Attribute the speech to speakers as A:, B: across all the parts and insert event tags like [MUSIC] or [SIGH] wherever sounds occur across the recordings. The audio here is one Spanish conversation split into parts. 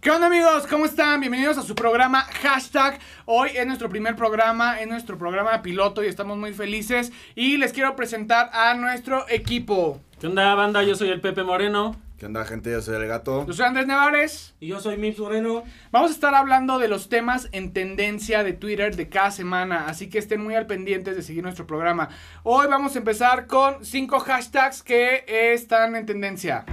A: ¿Qué onda amigos? ¿Cómo están? Bienvenidos a su programa hashtag. Hoy es nuestro primer programa, es nuestro programa piloto y estamos muy felices. Y les quiero presentar a nuestro equipo.
B: ¿Qué onda, banda? Yo soy el Pepe Moreno.
C: ¿Qué onda, gente? Yo soy el gato.
A: Yo soy Andrés Nevares.
D: Y yo soy Mips Moreno.
A: Vamos a estar hablando de los temas en tendencia de Twitter de cada semana, así que estén muy al pendientes de seguir nuestro programa. Hoy vamos a empezar con cinco hashtags que están en tendencia.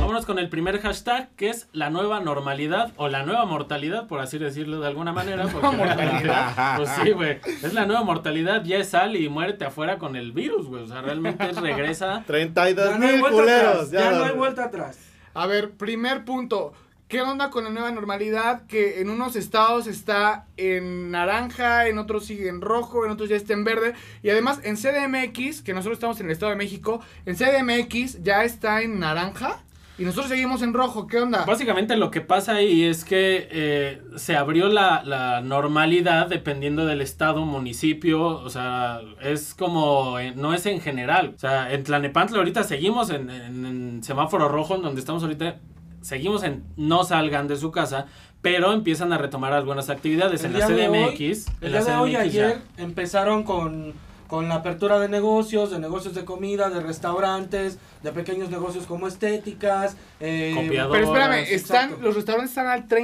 B: Vámonos con el primer hashtag, que es la nueva normalidad o la nueva mortalidad, por así decirlo de alguna manera. Porque
A: mortalidad.
B: Pues sí, güey. Es la nueva mortalidad, ya es sal y muerte afuera con el virus, güey. O sea, realmente
D: [LAUGHS]
B: regresa.
C: 32
D: Ya no hay
C: mil
D: vuelta
C: culeros.
D: atrás. Ya, no
C: lo-
D: hay vuelta atrás.
A: A ver, primer punto. ¿Qué onda con la nueva normalidad que en unos estados está en naranja, en otros sigue en rojo, en otros ya está en verde? Y además en CDMX, que nosotros estamos en el Estado de México, en CDMX ya está en naranja y nosotros seguimos en rojo. ¿Qué onda?
B: Básicamente lo que pasa ahí es que eh, se abrió la, la normalidad dependiendo del estado, municipio, o sea, es como, eh, no es en general. O sea, en Tlanepantla ahorita seguimos en, en- en semáforo rojo, en donde estamos ahorita, seguimos en no salgan de su casa, pero empiezan a retomar algunas actividades en la
D: día de hoy-
B: CDMX. en
D: el
B: la
D: día de hoy y
B: CDMX ya.
D: ayer empezaron con, con la apertura de negocios, de negocios de comida, de restaurantes, de pequeños negocios como estéticas. eh,
B: Copiado.
D: [LAUGHS]
A: Pero espérame,
B: Horas,
A: están,
D: exacto.
A: los rrestaurantes están al 30% de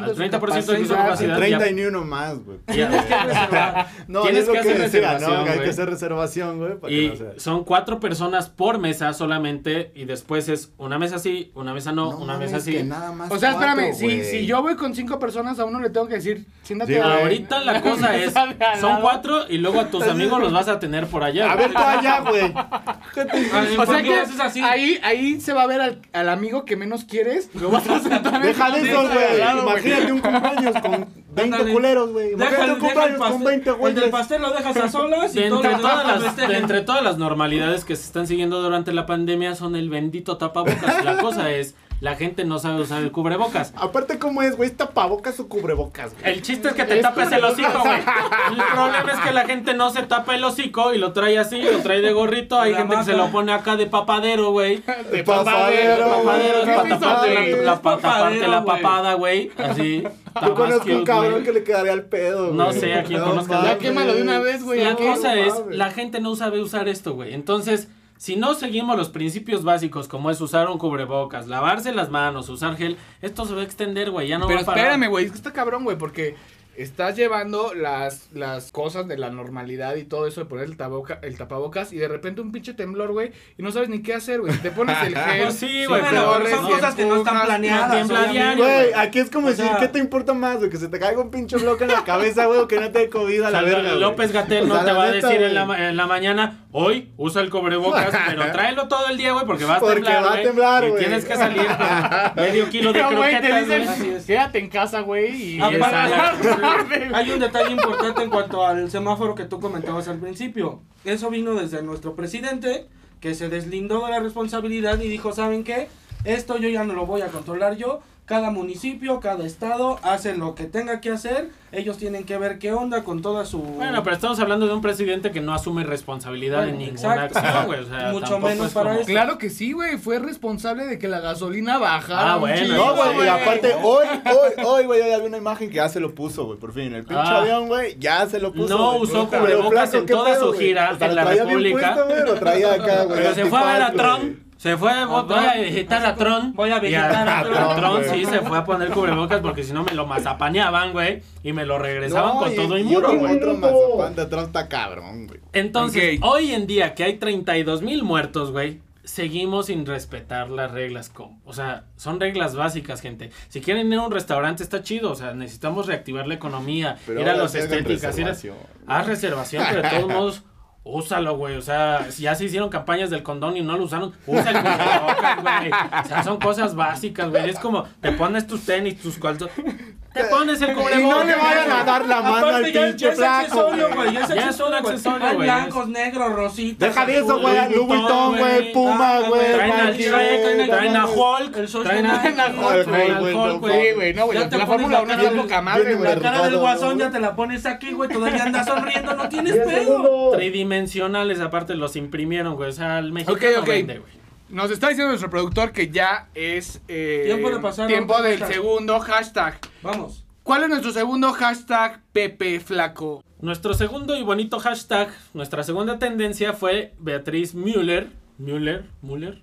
B: Al
A: su
B: 30% de su capacidad.
C: 30 y ni uno más, güey.
B: Ya.
D: Tienes
B: [LAUGHS]
D: que reservar.
C: No,
B: Tienes
C: es lo
B: que hacer
C: decía,
B: reservación,
C: ¿no? Que Hay
B: güey.
C: que hacer reservación, güey, para
B: y
C: que no sea.
B: son cuatro personas por mesa solamente y después es una mesa así, una mesa no, una mesa
C: mames,
B: así.
C: que nada más
A: O sea, espérame,
C: cuatro,
A: si,
C: güey.
A: si yo voy con cinco personas a uno le tengo que decir, siéntate
C: Sí,
A: a-
C: güey.
B: Ahorita
A: [LAUGHS]
B: la cosa es,
A: Sabe al
B: son
A: lado.
B: cuatro y luego a tus amigos los vas a tener por allá.
C: A ver, tú allá, güey. ¿Qué te-
D: Ah, en
A: O sea que
D: familia haces así.
A: ahí, ahí se va a ver al, al amigo que menos quieres. Lo vas a sentar en-
C: Deja de
D: Sí,
C: eso,
D: está al
C: güey.
D: lado, güey.
C: Imagínate un cumpleaños con 20
D: Ándale.
C: culeros, güey.
D: Deja
C: Imagínate
D: el-
C: un
D: deja el
C: cumpleaños con
D: pastel-
C: 20
D: El del
C: güeyes.
D: pastel lo dejas a solas
B: De
D: y todo
B: entre,
D: lo
B: todas
D: demás este,
B: las, de entre todas las normalidades que se están siguiendo durante la pandemia son el bendito tapabocas. La cosa es, la gente no sabe usar el cubrebocas.
C: Aparte, ¿cómo es, güey? ¿Es tapabocas o cubrebocas, güey?
B: El chiste es que te tapes el hocico, güey. El problema es que la gente no se tapa el hocico y lo trae así, lo trae de gorrito. Hay
D: La
B: gente que se
D: mata.
B: lo pone acá de papadero, güey.
A: de
C: papadero,
B: Papadero es
C: ¿Qué
B: para
C: te
B: taparte
C: sabes?
B: la, la- para
D: Papadero,
B: taparte la
D: güey.
B: papada, güey. Así. está
C: Yo
B: más
C: conozco un
B: Ah, cute,
C: cabrón
B: güey.
C: que le quedaría al pedo, güey.
B: No sé, a quién conozcas.
A: Ya
C: mames.
A: quémalo de una vez, güey.
B: La
A: ya que-
B: cosa es,
C: mames.
B: la gente no sabe usar esto, güey. Entonces, si no seguimos los principios básicos, como es usar un cubrebocas, lavarse las manos, usar gel, esto se va a extender, güey. Ya no
A: Pero
B: va a parar.
A: espérame, güey. Es que está cabrón, güey, porque estás llevando las, las cosas de la normalidad y todo eso de poner el, taboca- el tapabocas y de repente un pinche temblor, güey, y no sabes ni qué hacer, güey. Te pones el gel.
B: Pues sí,
A: te
B: güey, pero
A: corres,
B: son
A: te
D: cosas que no están
A: empujas,
D: planeadas,
A: tiembla
B: obviamente.
A: diario, güey.
C: Güey, aquí es como
D: O
C: decir,
D: sea-
C: ¿qué te importa más, güey? Que se te caiga un pinche bloque en la cabeza, güey, o que no te dé COVID a la
B: Salga-
C: verga, güey.
B: López Gatel no
C: O sea,
B: te
C: la
B: va a
C: neta,
B: decir en
C: güey.
B: la, ma- en la mañana, hoy usa
A: [LAUGHS]
B: el cubrebocas, pero tráelo todo el día, güey, porque va a
C: Porque
B: temblar.
C: va a
B: güey,
C: temblar,
B: y
C: güey.
B: Tienes que
C: [LAUGHS]
B: salir con medio
A: [LAUGHS]
B: kilo de
A: Pero, güey, te
B: croquetas, güey.
D: Así
A: dicen,
D: es.
A: quédate en casa, güey, y...
B: Y
D: Apaga-
A: [LAUGHS] tarde, güey.
D: Hay un detalle importante en cuanto al semáforo que tú comentabas al principio. Eso vino desde nuestro presidente, que se deslindó de la responsabilidad y dijo, ¿saben qué? Esto yo ya no lo voy a controlar yo. Cada municipio, cada estado hace lo que tenga que hacer. Ellos tienen que ver qué onda con toda su...
B: Bueno, pero estamos hablando de un presidente que no asume responsabilidad
D: Bueno,
B: en ninguna
D: exacto.
B: acción, güey. o sea,
D: Mucho
B: tampoco
D: menos
B: es
D: para
B: como-
D: eso.
A: Claro que sí, güey. Fue responsable de que la gasolina bajara.
B: Ah,
A: un
B: bueno,
A: chingo,
C: No, güey,
B: güey.
C: y aparte, hoy, hoy, hoy, güey, hoy había una imagen que ya se lo puso, güey, por fin. El pinche
B: Ah.
C: avión, güey, ya se lo puso.
B: No
C: güey.
B: usó
C: Pero
B: cubrebocas
C: Blanco,
B: en
C: ¿qué
B: toda su
C: güey?
B: gira
C: Hasta
B: en
C: lo
B: la
C: traía bien
B: República.
C: puesto, güey, lo traía acá, güey.
B: Pero se fue a ver a
C: antipasto,
B: Trump. Se fue, voy, Ah, voy a
D: Trump.
B: visitar a Tron.
D: Voy a visitar a Trump.
B: Tron, sí,
C: güey.
B: se fue a poner cubrebocas porque si no me lo mazapaneaban, güey. Y me lo
C: güey.
B: regresaban
C: No,
B: con
C: y-
B: todo
C: y
B: inmundo,
C: otro-
B: güey.
C: Otro mazapán de Trump está cabrón, güey.
B: Entonces,
A: Ok.
B: hoy en día que hay 32 mil muertos, güey, seguimos sin respetar las reglas. co- O sea, son reglas básicas, gente. Si quieren ir a un restaurante, está chido. O sea, necesitamos reactivar la economía,
C: Pero
B: ir a
C: ahora
B: los
C: sí hagan
B: estéticas, ir a-
C: reservación.
B: haz reservación, pero de
C: [LAUGHS]
B: todos modos. Úsalo, güey. O sea, si ya se hicieron campañas del condón y no lo usaron, usa el cubrebocas, güey. O sea, son cosas básicas, güey. Es como, te pones tus tenis, tus calzos.
C: [LAUGHS]
B: Te pones el cubrebocas.
C: Y no le vayan a dar la mano
D: Aparte,
C: al
D: ya- ya
C: pinche
D: es
C: flaco.
D: accesorio,
C: güey.
D: güey. Ya es
B: Ya es un
D: accesorio, güey.
B: accesorio,
D: Hay
B: güey.
D: blancos, negros, rositas.
C: Deja de eso, güey. Louis Vuitton, güey. Puma,
D: Ah,
C: güey.
B: Traen al
C: Nike,
B: Shrek,
C: güey,
B: traen a Hulk,
D: El social
B: traen a-
D: media.
B: traen a Hulk,
C: Ay,
B: traen al
C: güey,
B: Hulk,
C: no,
B: güey.
A: Sí, güey, no, güey.
D: Ya te
A: La
D: pones
A: Fórmula
D: la
A: 1 está
D: cara-
A: poca madre,
C: bien
A: güey.
D: La cara del
C: Vergado,
D: guasón
C: güey.
D: ya te la pones aquí, güey. Todavía andas sonriendo, no tienes
C: Ya sé,
D: pedo.
C: güey.
B: Tridimensionales, aparte los imprimieron, güey. O sea, el México
A: Ok, ok.
B: vende, güey.
A: Nos está diciendo nuestro productor que ya es eh,
D: Tiempo de pasar a
A: tiempo
D: otro
A: del
D: hashtag.
A: segundo hashtag.
D: Vamos.
A: ¿Cuál es nuestro segundo hashtag, Pepe Flaco?
B: Nuestro segundo y bonito hashtag, nuestra segunda tendencia fue Beatriz Müller. Müller, Müller.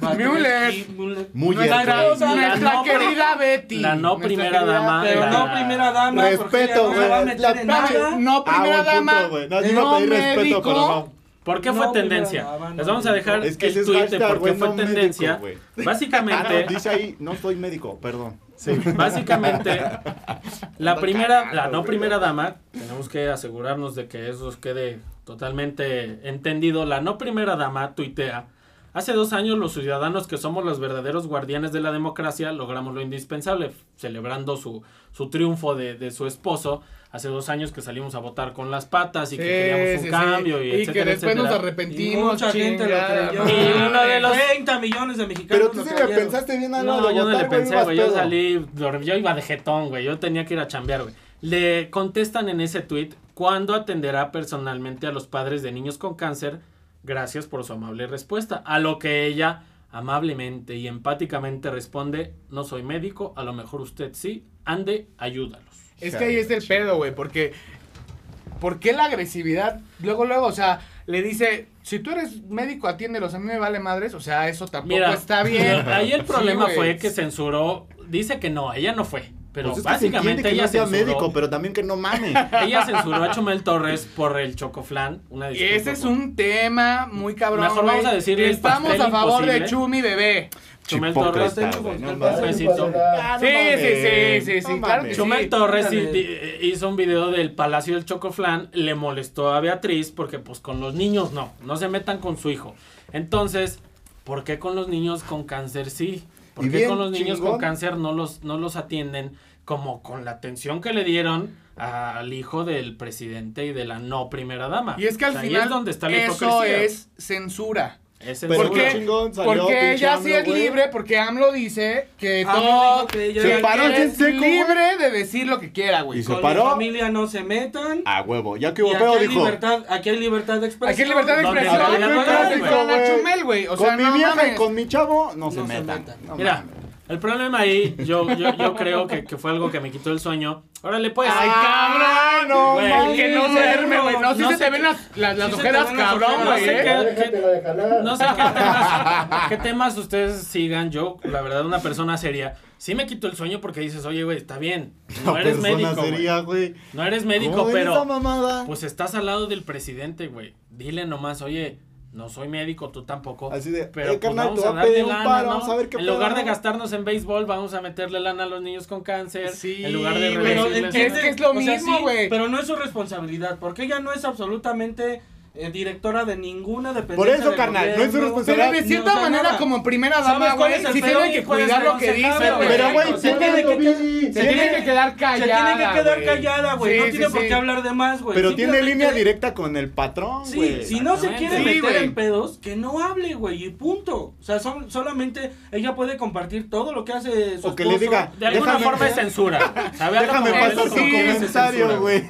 A: Müller.
D: Y Müller.
C: Muy bien,
A: nuestra
C: güey.
A: nuestra
B: La no pri-
A: querida Betty.
B: la no
A: Nuestra
B: primera
A: querida-
B: dama.
D: Pero
B: La-
D: no primera dama. porque
C: Respeto,
D: ella No se va a
C: güey.
D: meter
C: La-
D: en
A: Espérame,
D: nada.
A: No
C: Ah, buen
A: primera
C: punto,
A: dama.
C: güey. No, te iba a pedir respeto, pero no. Ah,
B: ¿Por qué
D: No,
B: fue
D: primera
B: tendencia?
D: dama, no,
B: Les vamos a dejar
C: Es que ese
B: el
C: es
B: tweet de
C: hashtag,
B: por qué
C: güey,
B: fue
C: no médico,
B: tendencia.
C: güey. [LAUGHS] Ah,
B: Básicamente,
C: no, dice ahí, no soy médico, perdón.
B: Básicamente, la
A: Ando
B: primera,
A: cagando,
B: la no
A: güey.
B: primera dama, tenemos que asegurarnos de que eso quede totalmente entendido. La no primera dama tuitea. Hace dos años los ciudadanos que somos los verdaderos guardianes de la democracia logramos lo indispensable, celebrando su, su triunfo de, de su esposo. Hace dos años que salimos a votar con las patas y que
A: Sí,
B: queríamos un
A: sí, sí.
B: cambio y,
A: Y
B: etcétera,
A: que después nos
B: etcétera.
D: Y
A: arrepentimos.
D: mucha gente lo
A: chingada
D: creyó.
A: madre.
B: Y uno de los-
D: 30 millones de mexicanos.
C: Pero tú
D: lo
C: sí le
D: creyeron.
C: pensaste bien a
B: No,
C: lo de
B: yo no le
C: votar, güey,
B: pensé,
C: ibas
B: güey. Yo
C: pedo.
B: salí, dor- yo iba de jetón, güey. Yo tenía que ir a chambear, güey. Le contestan en ese tweet cuándo atenderá personalmente a los padres de niños con cáncer. Gracias por su amable respuesta. A lo que ella amablemente y empáticamente responde, no soy médico, a lo mejor usted sí, ande, ayúdalos.
A: Es que ahí
C: Pues
A: es el pedo, güey, porque... ¿Por qué la agresividad? Luego, luego, o sea, le dice, si tú eres médico, atiéndelos, a mí me vale madres, o sea, eso tampoco
B: Mira, [LAUGHS]
A: está bien.
B: ahí el
A: Sí,
B: problema
A: güey.
B: fue que censuró, dice que no, ella no fue, pero
C: Pues es que se
B: básicamente
C: entiende que
B: ella
C: no sea
B: censuró.
C: médico, pero también que
B: [LAUGHS]
C: no mame.
B: Ella censuró a Chumel Torres por el chocoflan. Una
A: Y
B: disculpa,
A: ese es
B: por-
A: un tema muy cabrón.
B: Mejor vamos
A: güey.
B: a decirle el
A: Estamos
B: pastel
A: a favor de
B: imposible.
A: Chumi, bebé.
B: Chumel
C: Chipócratas,
B: Torres.
C: güey, no
D: Un
C: mames.
B: besito.
C: Ah, no
A: Sí,
C: mames.
A: sí, sí, sí, sí,
C: No
A: claro
C: mames.
A: que sí.
B: Chumel Torres
D: ándale.
B: hi- hi- hizo un video del Palacio del Chocoflan, le molestó a Beatriz porque pues con los niños no, no se metan con su hijo. Entonces, ¿por qué con los niños con cáncer sí?
C: Y
B: ¿Por qué
C: bien
B: con los niños
C: chingón.
B: con cáncer no los, no los atienden como con la atención que le dieron al hijo del presidente y de la no primera dama?
A: Y es que al
B: Ah, O sea, ahí
A: final
B: es donde está la
A: eso
B: hipocresía.
A: es censura.
B: Es
C: Pero
B: censura.
A: ¿Por
C: qué
A: qué?
C: chingón salió
A: porque
C: pinche
A: ella
C: AMLO,
A: sí es
C: güey.
A: libre, porque AMLO dice que
D: AMLO
A: todo...
D: dijo que ella
A: que
D: Se
C: paró
A: él
C: bien
A: es
C: seco, güey.
A: libre de decir lo que quiera, güey.
C: Y se
D: Con mi
C: paró.
D: familia no se metan.
C: A huevo, ya que
D: Y
C: hubo
D: aquí,
C: pedo,
D: hay
C: dijo.
D: libertad, aquí hay libertad de expresión.
A: Aquí es libertad de
B: Donde
A: expresión.
B: se
A: pero
B: vea
A: no
B: todo,
A: se
B: güey.
A: con la Chumel, güey. O sea,
C: con mi
A: no
C: vieja
A: mames.
C: y con mi chavo no, se,
D: No se
C: metan.
D: metan.
C: No
B: Mira,
C: mames.
B: el problema ahí, yo, yo, yo creo que, que fue algo que me quitó el sueño. Órale, pues.
A: Ay,
C: Ah,
A: cabrón,
C: no
B: Güey.
A: mames.
C: mames.
A: Que no duerme, güey. No, sí
B: No
A: se
B: sé
A: te
B: qué-
A: ven las, las, las
D: sí se te
A: ojeras,
D: ven las
A: cabrón,
D: ojeras,
B: No sé
A: güey.
D: ¿eh?
B: qué-
A: ¿eh?
B: qué- no sé qué temas, qué temas ustedes sigan. Yo, la verdad, una persona seria. Sí me quitó el sueño porque dices, oye, güey, está bien. No
C: La
B: eres
C: persona
B: médico. güey.
C: sería, güey.
B: No eres
C: ¿Cómo
B: médico,
C: ven esa
B: pero
C: mamada?
B: pues estás al lado del presidente, güey. Dile nomás, oye, no soy médico, tú tampoco.
C: Así de,
B: pero
C: eh,
B: pues,
C: carnal,
B: vamos
C: te
B: a
C: voy a pedir
B: darle
C: un
B: lana,
C: paro,
B: ¿no?
C: vamos a ver qué
B: En
C: pedo,
B: lugar de
C: ¿no?
B: gastarnos en béisbol, vamos a meterle lana a los niños con cáncer.
A: Sí,
B: en lugar de
A: pero
D: Pero
B: reducirles-
A: entiende- Es que es lo
D: o sea,
A: mismo,
D: sí,
A: güey.
D: pero no es su responsabilidad, porque ella no es absolutamente eh, directora de ninguna dependencia.
C: Por eso,
D: del
C: carnal, no es su
D: gobierno.
A: Pero
C: responsabilidad.
A: de
D: No,
A: cierta
D: o sea,
A: manera,
D: nada.
A: como primera
D: ¿Sabes
A: dama,
D: cuál
A: güey,
D: es el
A: sí
D: pedo
A: tienen
D: y
A: que
D: cuál es
A: cuidar
D: el
A: lo que dice,
D: aconsejable,
A: güey.
B: eh,
C: Pero, güey,
A: se
C: tiene
A: tiene
C: que-
A: que- se
C: tiene-
A: tiene que quedar
D: Se
A: callada.
D: tiene que quedar
A: güey.
D: callada, güey.
A: Sí,
D: no
A: sí,
D: tiene por
A: sí.
D: qué hablar de más, güey.
C: Pero tiene
D: Pues Simplemente-
C: línea directa con el patrón,
D: Sí,
C: güey.
D: si no se quiere
B: exactamente.
A: Sí,
D: meter
A: güey.
D: en pedos, que no hable, güey, y punto. O sea, son, solamente ella puede compartir todo lo que hace su
C: O que le
D: esposo.
C: diga,
B: De alguna
C: Déjame-
B: forma es censura. ¿sabe? Algo
C: Déjame
B: como
A: pasar
B: eso,
C: pasar
A: tu
C: tu
B: como que es censura.
C: comentario, güey.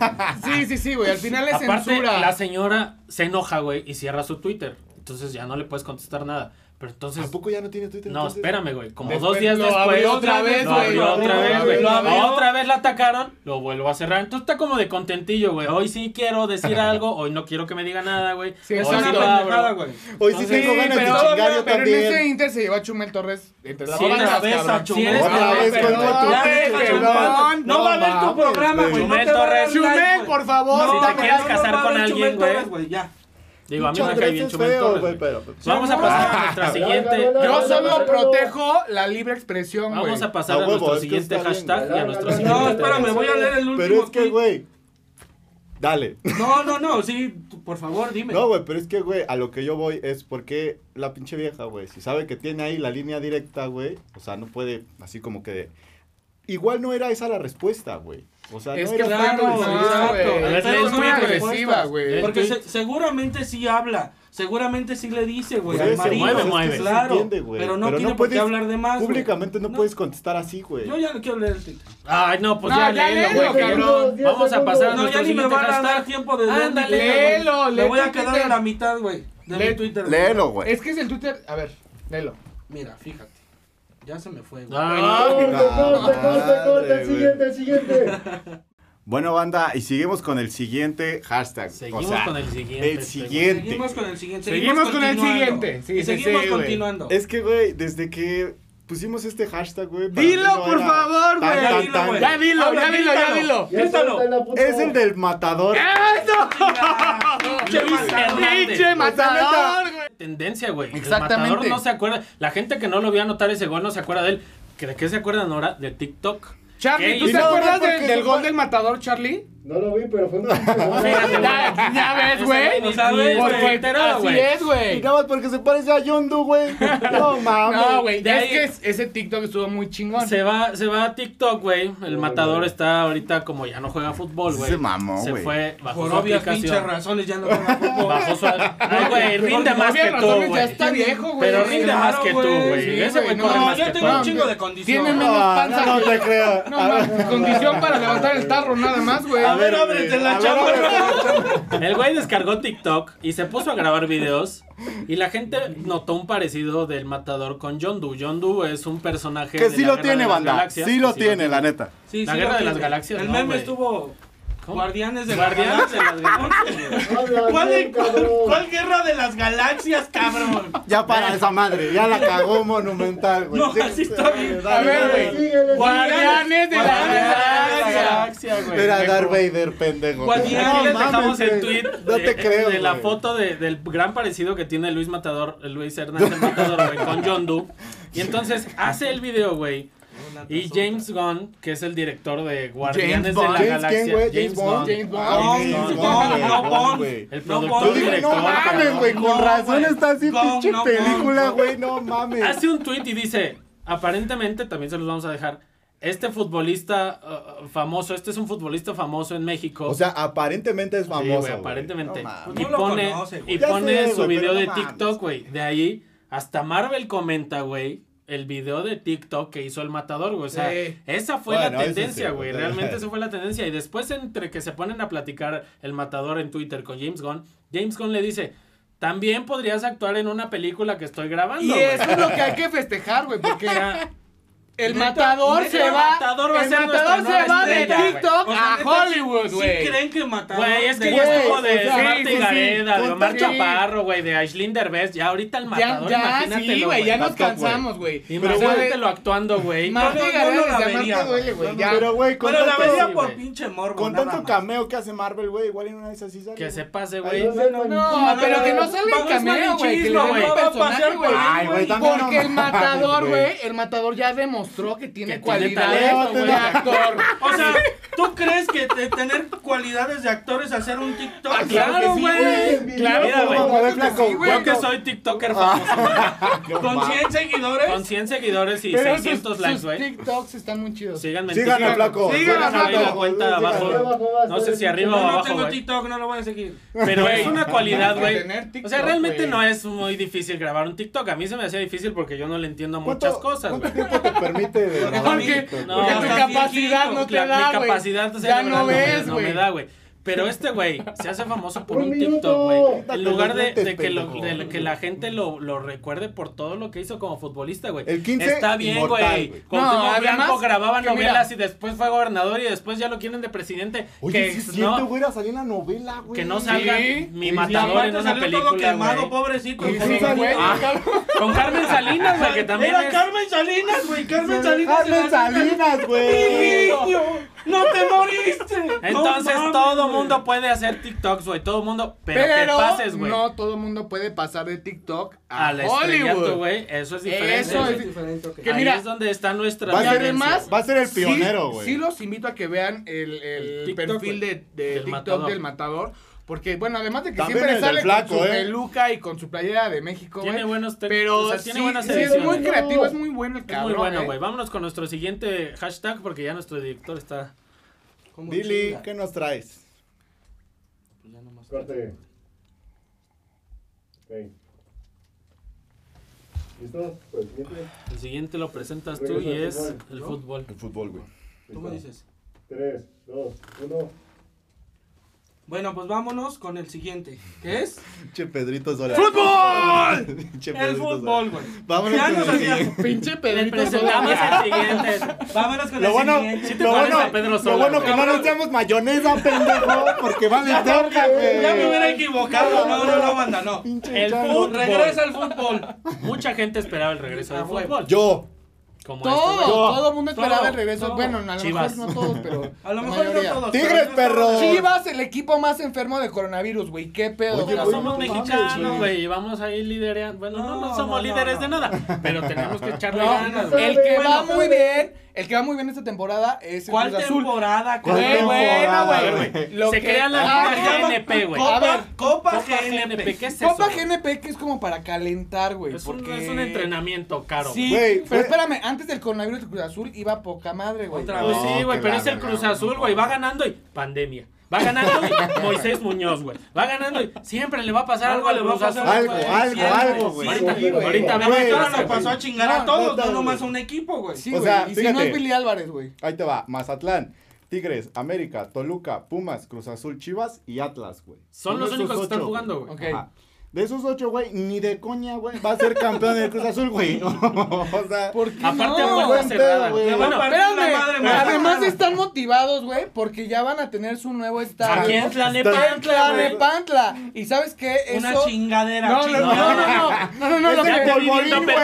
A: Sí, sí, sí, güey. Al final es
B: Aparte,
A: censura.
B: la señora se enoja, güey, y cierra su Twitter. Entonces ya no le puedes contestar nada. Pero entonces.
C: ¿Tampoco ya no tiene Twitter?
B: No,
C: Este, entonces?
B: espérame, güey. Como
A: Después
B: dos días
A: lo
B: después.
A: abrió otra vez,
B: lo
A: güey,
B: abrió
A: lo
B: otra
A: abrió,
B: vez, güey.
A: lo abrió.
B: Otra vez la atacaron, lo vuelvo a cerrar. Entonces está como de contentillo, güey. Hoy sí
E: [LAUGHS]
B: quiero decir algo, hoy no quiero que me diga nada, güey.
A: Sí,
B: Hoy
D: Es
A: Oye,
D: una
B: sí lo
D: pendejada,
B: abro.
D: güey.
C: Hoy sí
B: No sé,
C: tengo ganas de
A: pero,
C: chingar yo
A: pero en ese
C: también.
A: Inter se llevó a Chumel Torres entre las
B: Sí,
A: orejas,
B: otra
D: vez a
A: cabrón.
D: Chumel.
A: Sí,
D: Otra
A: cabrón,
D: vez
A: perdón,
D: contra tu
A: ya
D: pinche
A: deja,
D: Chumel.
A: perdón.
D: No va a ver tu
C: mames,
D: programa, güey.
B: Chumel
D: no te va a dar
B: Torres.
D: like,
A: Chumel,
D: güey.
A: por favor.
B: Si
D: No,
B: te
D: güey,
B: quieres
D: no
B: casar
D: va a
B: con
D: ver
B: alguien,
D: Chumel
B: güey.
D: Torres, Ya.
B: Digo, a mí
C: Muchas
B: me cae bien
C: gracias,
B: Chumel
C: feo,
B: Torres,
C: güey,
B: güey.
C: pero, pues,
B: Vamos a
A: Chumel.
B: pasar a nuestra siguiente.
A: Yo
B: vamos a
A: solo
B: pasar-
A: protejo la libre expresión, güey.
B: Vamos a pasar a
C: A huevo,
B: nuestro
C: es que
B: siguiente
C: está bien,
B: hashtag y a
C: güey.
B: nuestro
C: No,
B: siguiente.
D: No,
C: no,
D: espérame, voy a leer el último.
C: Pero es que,
D: tweet.
C: güey. Dale.
D: No, no, no, sí, tú, por favor, dime.
C: No, güey, pero es que, güey, a lo que yo voy es porque la pinche vieja, güey, si sabe que tiene ahí la línea directa, güey, o sea, no puede así como que igual no era esa la respuesta, güey. O sea,
A: Es
C: no
A: que
C: era
A: fue
D: Claro,
A: muy
D: exacto.
A: güey.
B: A ver,
A: Fue
B: lee el
A: muy
B: tweet,
A: agresiva,
D: respuestas.
A: güey.
D: Porque
B: Entonces-
D: se- seguramente sí habla, seguramente sí le dice, güey,
C: Pues
D: al
C: es que
D: marido.
B: mueve,
C: es que
B: mueve.
C: se
D: Claro,
C: entiende, güey.
D: pero no tiene por qué hablar de más, güey.
C: Públicamente no,
D: No.
C: puedes contestar así, güey.
D: Yo ya no quiero leer el título.
B: Ay, no, pues
A: No,
B: ya,
A: ya
B: léelo,
A: léelo,
B: güey, cabrón.
F: cabrón. Diez
B: Vamos a pasar a
D: No, ya
B: nuestro
D: ni me
B: siguiente
D: van a dar
B: hashtag.
D: tiempo de leer mi
B: Ándale.
D: Twitter, güey.
A: Léelo,
D: Me
A: lee
D: voy a
A: tu
D: quedar
A: Twitter.
D: en la mitad, güey, de
A: Lee-
D: mi Twitter. güey.
E: Léelo, güey.
A: Es que es el Twitter. A ver, léelo.
D: Mira, fíjate. Ya se me fue, güey.
B: Ay,
F: Corte,
B: no.
F: corte, corte,
C: madre,
F: corte,
C: güey.
F: siguiente, siguiente.
E: Bueno, banda, y seguimos con el siguiente hashtag.
B: Seguimos
E: o sea,
B: con el siguiente.
E: el
B: este,
E: siguiente.
D: Seguimos con el siguiente.
A: Seguimos con el
D: continuando.
A: siguiente. Sí,
D: Y
A: sí,
D: seguimos
A: sí, güey.
D: continuando.
C: Es que, güey, desde que pusimos este hashtag, güey. para
A: Dilo,
C: mí no
A: por
C: era
A: favor,
C: tan,
A: güey.
C: tan,
D: Ya dilo,
C: tan.
D: güey.
A: Ya dilo,
D: Habla,
A: ya dilo, ya dilo.
F: Ya
D: Grítalo.
F: suelta la puta.
C: Es el del matador.
A: [LAUGHS]
B: Luis Hernández.
A: ¡Pinche matador, güey!
B: tendencia, güey.
A: Exactamente.
B: El matador no se acuerda. La gente que no lo vio anotar ese gol no se acuerda de él. ¿Que ¿De qué se acuerdan ahora? De TikTok.
A: Charlie,
B: ¿Qué
A: ¿tú te
B: hizo?
A: acuerdas
C: No,
A: del,
C: porque
A: del
C: eso
A: gol
C: fue-
A: del matador, Charlie?
F: No lo vi, pero fue un pinche golazo.
B: Fíjate, güey.
A: Ya, ya ves,
B: Ese
A: güey.
B: güey ni-
A: Por- por-
B: ni se enteró,
A: Así
B: güey.
A: es,
C: Y
A: güey.
C: nada más porque se parece a Yondu, güey.
D: [LAUGHS]
C: No mames.
A: No, güey.
B: De
A: Es
B: ahí-
A: que es- ese TikTok estuvo muy chingón.
B: Se va, se va a TikTok, güey. El matador está ahorita como ya no juega fútbol, güey.
E: Se mamó,
B: Se
E: güey.
B: fue bajo
D: Por
B: su
D: obvias pinches
B: aplicación.
D: razones ya no juega fútbol.
B: Bajo su... Ay, güey, rinde
A: Porque
B: más que
A: Javier
B: tú,
A: Rodríguez
B: güey.
A: Ya está viejo, güey.
B: Pero rinde
D: Claro,
B: más que tú, güey.
A: Sí,
B: Ese
A: güey,
B: güey
A: no,
B: corre
A: yo
B: más que
D: tengo un
B: tú.
D: chingo de condición.
A: Tiene menos
C: No,
A: panza.
C: no, no te creo.
A: No, mames, Ah, condición para levantar el tarro nada más, güey.
D: A ver, ábrete
C: A
D: la
C: ver,
D: chamba.
B: El güey descargó TikTok y se puso a grabar videos. Y la gente notó un parecido del matador con John Doe. John Doe es un personaje.
E: Que
B: de
E: sí
B: la
E: lo
B: Guerra
E: tiene,
B: de las
E: banda.
B: Galaxias,
E: Sí
B: que
E: lo tiene, la neta.
D: Sí,
B: La
D: sí,
B: Guerra
D: lo
B: de las
D: tiene.
B: Galaxias,
D: El
B: no,
D: meme
B: güey.
D: estuvo
B: ¿Cómo?
D: Guardianes de
B: Guardianes de las Galaxias.
F: Habla
D: ¿Cuál,
F: bien, cabrón.
D: ¿Cuál guerra de las galaxias, cabrón?
C: Ya para esa madre. Ya la cagó monumental, güey.
D: No,
C: Pues Sí,
D: así está
C: sí,
D: bien.
C: dale,
A: A ver,
C: dale.
A: güey.
F: Síguele,
A: Guardianes de la
D: Guardianes de la
A: Galaxia.
B: Galaxia, güey.
C: Era Darth Vader, pendejo.
D: ¿Cuál
B: Y aquí
D: día? No
B: les
C: mames,
B: dejamos el
C: güey.
B: tweet
C: No
B: de,
C: te creo.
B: de la
C: güey.
B: foto de- del gran parecido que tiene Luis Matador, Luis
C: [LAUGHS]
B: Hernández Matador, güey, con John Doe. Y entonces hace el video, güey. Y James Gunn, que es el director de Guardianes
A: James
B: de la
A: Bond.
C: James
B: Galaxia.
C: Gunn, güey. James Bond.
A: James Bond.
C: Ah,
D: No,
C: James
D: no,
C: Bond,
D: no,
C: güey,
D: no,
C: Bond,
D: Bond.
C: güey.
B: El
D: No,
B: productor,
C: Yo
D: Bond,
C: dije, no
B: director.
C: mames,
B: cabrón.
C: güey, con
D: No,
C: razón
D: güey.
C: está así
D: No,
C: pinche
D: no,
C: película,
D: no.
C: güey, no mames.
B: Hace un tweet y dice, aparentemente, también se los vamos a dejar, este futbolista uh, uh, famoso, este es un futbolista famoso en México.
C: O sea, aparentemente es
B: Sí,
C: famoso.
B: güey,
C: güey.
B: aparentemente.
C: No mames.
B: y
D: No lo
B: pone,
D: conoce, güey.
B: y
C: Ya
B: pone
C: sé,
B: su
C: güey,
B: video
C: pero
B: de
C: no mames.
B: TikTok, güey. De ahí, hasta Marvel comenta, güey, el video de TikTok que hizo el matador, güey. O sea,
A: Sí.
B: esa fue
C: Bueno,
B: la
C: eso
B: tendencia,
C: sí,
B: güey.
C: güey. [LAUGHS]
B: Realmente esa fue la tendencia. Y después, entre que se ponen a platicar el matador en Twitter con James Gunn, James Gunn le dice. También podrías actuar en una película que estoy grabando.
A: Y
B: güey".
A: eso es lo que hay que festejar, güey,
B: [LAUGHS]
A: porque
B: O sea,
A: el
B: Neta,
A: matador
B: neta,
A: se va,
B: Matador va a
A: el
B: ser nuestra
A: matador
B: nueva
A: se va de
B: estrella, güey.
A: TikTok
D: O sea,
A: a
D: neta,
A: Hollywood,
D: sí-
A: güey.
D: Sí creen que mataron.
B: Güey, es que
D: de-
B: ya
A: Güey,
B: estuvo de
A: o sea,
B: Marta
A: sí, sí, sí,
B: Gareda, de
A: ponte-
B: Omar
A: sí.
B: Chaparro, güey, de Aislinn Derbez. Ya ahorita el
A: Ya,
B: matador,
A: ya,
B: imagínatelo,
A: sí, güey, ya nos
C: Matador, güey.
A: cansamos, güey.
B: Imagínatelo actuando, güey.
A: Más
D: No, no,
A: de
D: no, no
A: ganas
D: la
A: de amar
D: vería,
A: te duele,
D: güey.
A: güey.
D: No,
A: ya.
C: Pero, güey, con
D: Pero la
C: tanto,
D: veía
B: Sí,
D: por
B: güey.
D: pinche morbo.
C: con
D: nada
C: tanto
D: más.
C: cameo que hace Marvel, güey, igual en una de esas sí sale.
B: Que
C: güey.
B: se pase,
C: Ahí
B: güey.
C: no sé, güey.
A: No, pero que no salga
D: Vamos,
A: en cameo,
D: malinchismo,
A: güey. Que le den
D: güey,
A: un
D: va a
A: personaje,
D: pasear por
A: güey.
D: ahí,
C: Ay, güey, también no
A: Porque el
C: mames,
A: matador,
C: güey.
A: güey, el matador ya demostró que tiene
B: Que tiene
A: cualidades
B: talento,
A: de
B: güey.
A: actor.
C: [LAUGHS]
D: O sea, ¿tú crees que de tener cualidades de actores hacer un TikTok?
A: Ah, claro,
B: sí,
A: güey.
F: güey.
A: Claro,
B: Mira, güey.
A: güey.
C: A ver, flaco,
A: Sí, güey.
B: Yo que soy TikToker famoso,
C: No
D: Con
C: mames.
D: 100 seguidores.
B: con 100 seguidores y
A: Pero sus-
B: 600 likes,
A: sus
B: güey.
A: TikToks están muy chidos.
B: Síganme en
C: Síganme,
B: TikTok.
C: flaco.
A: Síganme,
B: Déjame ahí la
A: flaco.
B: cuenta abajo.
F: Arriba, abajo,
B: No sé si arriba
D: No,
B: o
D: no
B: abajo,
D: tengo
B: güey.
D: TikTok, no lo voy a seguir.
B: Pero
A: Güey,
B: es una cualidad,
A: que
B: güey.
A: tener
B: O sea,
A: TikTok,
B: realmente
A: güey.
B: no es muy difícil grabar un TikTok. A mí se me hacía difícil porque yo no le entiendo
C: ¿Cuánto-
B: muchas cosas,
C: ¿Cuánto
B: güey.
C: tiempo te permite de grabar un
A: Porque,
C: TikTok,
B: No,
A: porque
C: güey?
A: tu
D: estás
A: capacidad
D: viejito.
A: no te
B: La-
A: da,
B: mi
A: güey.
B: capacidad de
A: Ya no
B: cerebral me-
A: ves,
B: no me
A: güey.
B: da, güey. Pero este güey se hace famoso por
F: Un
B: un
F: minuto.
B: TikTok, güey.
C: Quítate
B: En lugar
C: los
B: de,
C: lentes,
B: de que, lo-
C: pendejo.
B: de lo- que la gente lo, lo recuerde por todo lo que hizo como futbolista, güey.
C: El 15
B: Está bien,
C: inmortal,
B: güey.
C: güey.
B: Con
A: No,
B: Cuauhtémoc
A: además,
B: Blanco grababa
A: que mira-
B: novelas y después fue gobernador y después ya lo quieren de presidente.
C: Oye,
B: que,
C: sí es cierto,
B: no,
C: güey, era salir en la novela, güey.
B: que no salgan
A: Sí,
B: mi
A: sí,
D: Y
B: matador en
D: aparte
B: una
D: salió
B: película,
D: todo quemado,
B: güey.
D: pobrecito.
A: Y
C: Sí,
A: sí,
C: salió.
A: güey.
C: Ah.
B: Con Carmen Salinas, güey, [LAUGHS] que también
D: Era
B: es...
D: Carmen Salinas, güey. Ah, Carmen Salinas.
C: Carmen
D: se la-
C: Salinas, güey.
D: ¡Niño! ¡No te moriste!
B: Entonces
D: No mames,
B: todo
D: güey.
B: mundo puede hacer TikToks, güey. Todo mundo. Pero, que
A: Pero
B: pases, güey.
A: no todo el mundo puede pasar de TikTok a,
B: a la estrellato,
A: Hollywood.
B: güey. Eso es diferente.
A: Eso
D: Eso
B: güey.
D: es diferente, ok.
A: que
B: Ahí
A: mira,
B: es donde está nuestra.
C: va a
A: Y
C: ser-
B: tendencia,
A: además,
B: güey.
C: Va a ser el
A: Sí,
C: pionero, güey.
A: Sí, los invito a que vean el, el
B: El TikTok,
A: perfil
B: güey.
A: de, de
B: Del
A: TikTok
B: matador.
A: del matador. Porque, bueno, además de que
C: También
A: siempre
C: el del
A: sale
C: flaco,
A: con su
C: ¿eh?
A: peluca y con su playera de México,
B: Tiene
A: güey.
B: buenos tenis,
A: Pero
B: o sea, tiene
A: sí,
B: buenas
A: sí, es
B: ediciones.
A: muy
F: No.
A: creativo, es muy bueno el
B: Es
A: cabrón,
B: muy bueno,
A: ¿eh?
B: güey. Vámonos con nuestro siguiente hashtag porque ya nuestro director está.
D: ¿Cómo
C: Billy,
D: chinga?
C: ¿qué nos traes?
D: Pues ya nomás.
F: Corte. Ok. ¿Listo? Pues siguiente.
B: El siguiente lo presentas tú y
F: Regresa
B: es el
F: al fútbol,
D: ¿no?
B: fútbol.
C: El fútbol, güey.
D: Tú me dices.
F: 3, 2, 1.
D: Bueno, pues vámonos con el siguiente, que es
C: Che Pedrito Sola.
B: ¡Fútbol!
C: [LAUGHS] Che
D: el
C: Pedrito Sola.
D: fútbol, güey.
C: Vámonos
D: [LAUGHS] Ya
C: con
D: nos
C: el siguiente.
D: habíamos.
A: Pinche
B: Le
A: Pedrito.
B: presentamos el siguiente.
D: [LAUGHS] Vámonos con
C: Lo
D: el
C: bueno,
D: siguiente.
B: te
C: lo
B: parece
C: bueno,
B: a Pedro
C: lo
B: Sola,
C: bueno que
B: güey.
C: no nos
B: [LAUGHS]
C: damos mayonesa, pendejo, porque vale verga, güey.
D: Ya me hubiera equivocado. No, no, no, banda, no.
B: El
D: Fut-
B: fútbol.
D: Regresa al fútbol.
B: Mucha gente esperaba el regreso
D: Ah,
B: del
D: güey.
B: fútbol.
C: Yo.
B: Como este,
A: Todo,
B: güey.
A: todo el mundo esperaba
D: todo,
A: el regreso.
D: todo.
A: Bueno, a lo
B: Chivas.
A: mejor no todos,
B: [LAUGHS]
A: pero.
D: A lo
A: la
D: mejor no
A: mayoría.
D: todos.
C: Tigres,
D: pero no
C: perro.
D: todos.
A: Chivas, el equipo más enfermo de coronavirus, güey. ¿Qué pedo?
C: Oye, pues,
A: cabrón?
C: güey,
B: somos
C: no mames,
B: mexicanos,
C: güey.
B: güey, y vamos ahí lidereando. Bueno, no, no,
D: No,
B: somos
D: no, no,
B: líderes
D: no.
B: de nada, pero tenemos que echarle
D: No,
B: ganas,
D: no,
B: güey.
A: El que
D: Bueno,
A: va muy
F: güey.
A: bien, el que va muy bien esta temporada es el
D: ¿Cuál
A: Cruz Azul.
D: temporada?
C: ¿Cuál
A: Güey,
D: cabrón?
A: bueno,
C: temporada,
A: güey.
B: güey?
A: Lo
B: Se
A: que-
B: crea la
A: Ah,
B: Liga
A: ya va-
B: GNP, güey.
A: A ver,
D: Copa, Copa,
B: Copa
D: GNP.
B: GNP, ¿qué es eso?
A: Copa
B: güey?
A: GNP que es como para calentar, güey.
B: Es un,
A: porque...
B: es un entrenamiento caro.
A: Sí,
C: Güey,
A: pero
C: fue-
A: espérame, antes del coronavirus el Cruz Azul iba a poca madre, güey.
D: Otra
B: güey. Pues
D: No,
B: sí, güey,
E: qué
B: pero es el
E: lana,
B: Cruz
E: no,
B: Azul,
E: no,
B: güey.
E: no.
B: Va ganando y pandemia. Va ganando
E: [LAUGHS]
B: y Moisés Muñoz, güey. Va ganando y siempre le va a pasar algo, le va a pasar
C: Algo,
B: güey.
C: algo,
B: Siempre,
C: algo, güey.
B: Ahorita,
F: Sí, güey.
B: ahorita
D: La
C: Güey,
B: vemos qué
D: América
B: pasa,
D: nos pasó
B: güey.
D: a chingar
A: No,
D: a
C: no,
D: todos, no,
C: no,
D: nomás a
C: güey.
D: un equipo, güey.
A: Sí,
C: O
A: güey.
C: sea,
A: y si
C: fíjate.
A: no es Billy Álvarez, güey.
C: Ahí te va, Mazatlán, Tigres, América, Toluca, Pumas, Cruz Azul, Chivas y Atlas, güey.
B: Son los
C: esos
B: únicos que están
C: ocho,
B: jugando, güey.
A: Ok.
C: Ajá. De esos ocho, güey, ni de coña, güey, va a ser campeón del Cruz Azul, güey. [LAUGHS] o sea,
A: ¿Por qué
B: Aparte,
A: no?
B: a puerta
C: Buen pedo,
B: cerrada.
C: güey.
B: güey.
D: Le va a
B: Bueno,
D: pagar
A: Espérame,
D: La madre, madre.
A: además están motivados, güey, porque ya van a tener su nuevo estadio.
B: aquí en Tlanepantla, güey.
A: Tlanepantla. Y ¿sabes qué?
D: Una
A: Eso...
D: chingadera,
A: No, no, no, no,
D: chingada.
A: no, no, no, no, lo
C: Ese
A: que-
B: Ya te vi
C: polvorín,
B: viendo,
C: güey.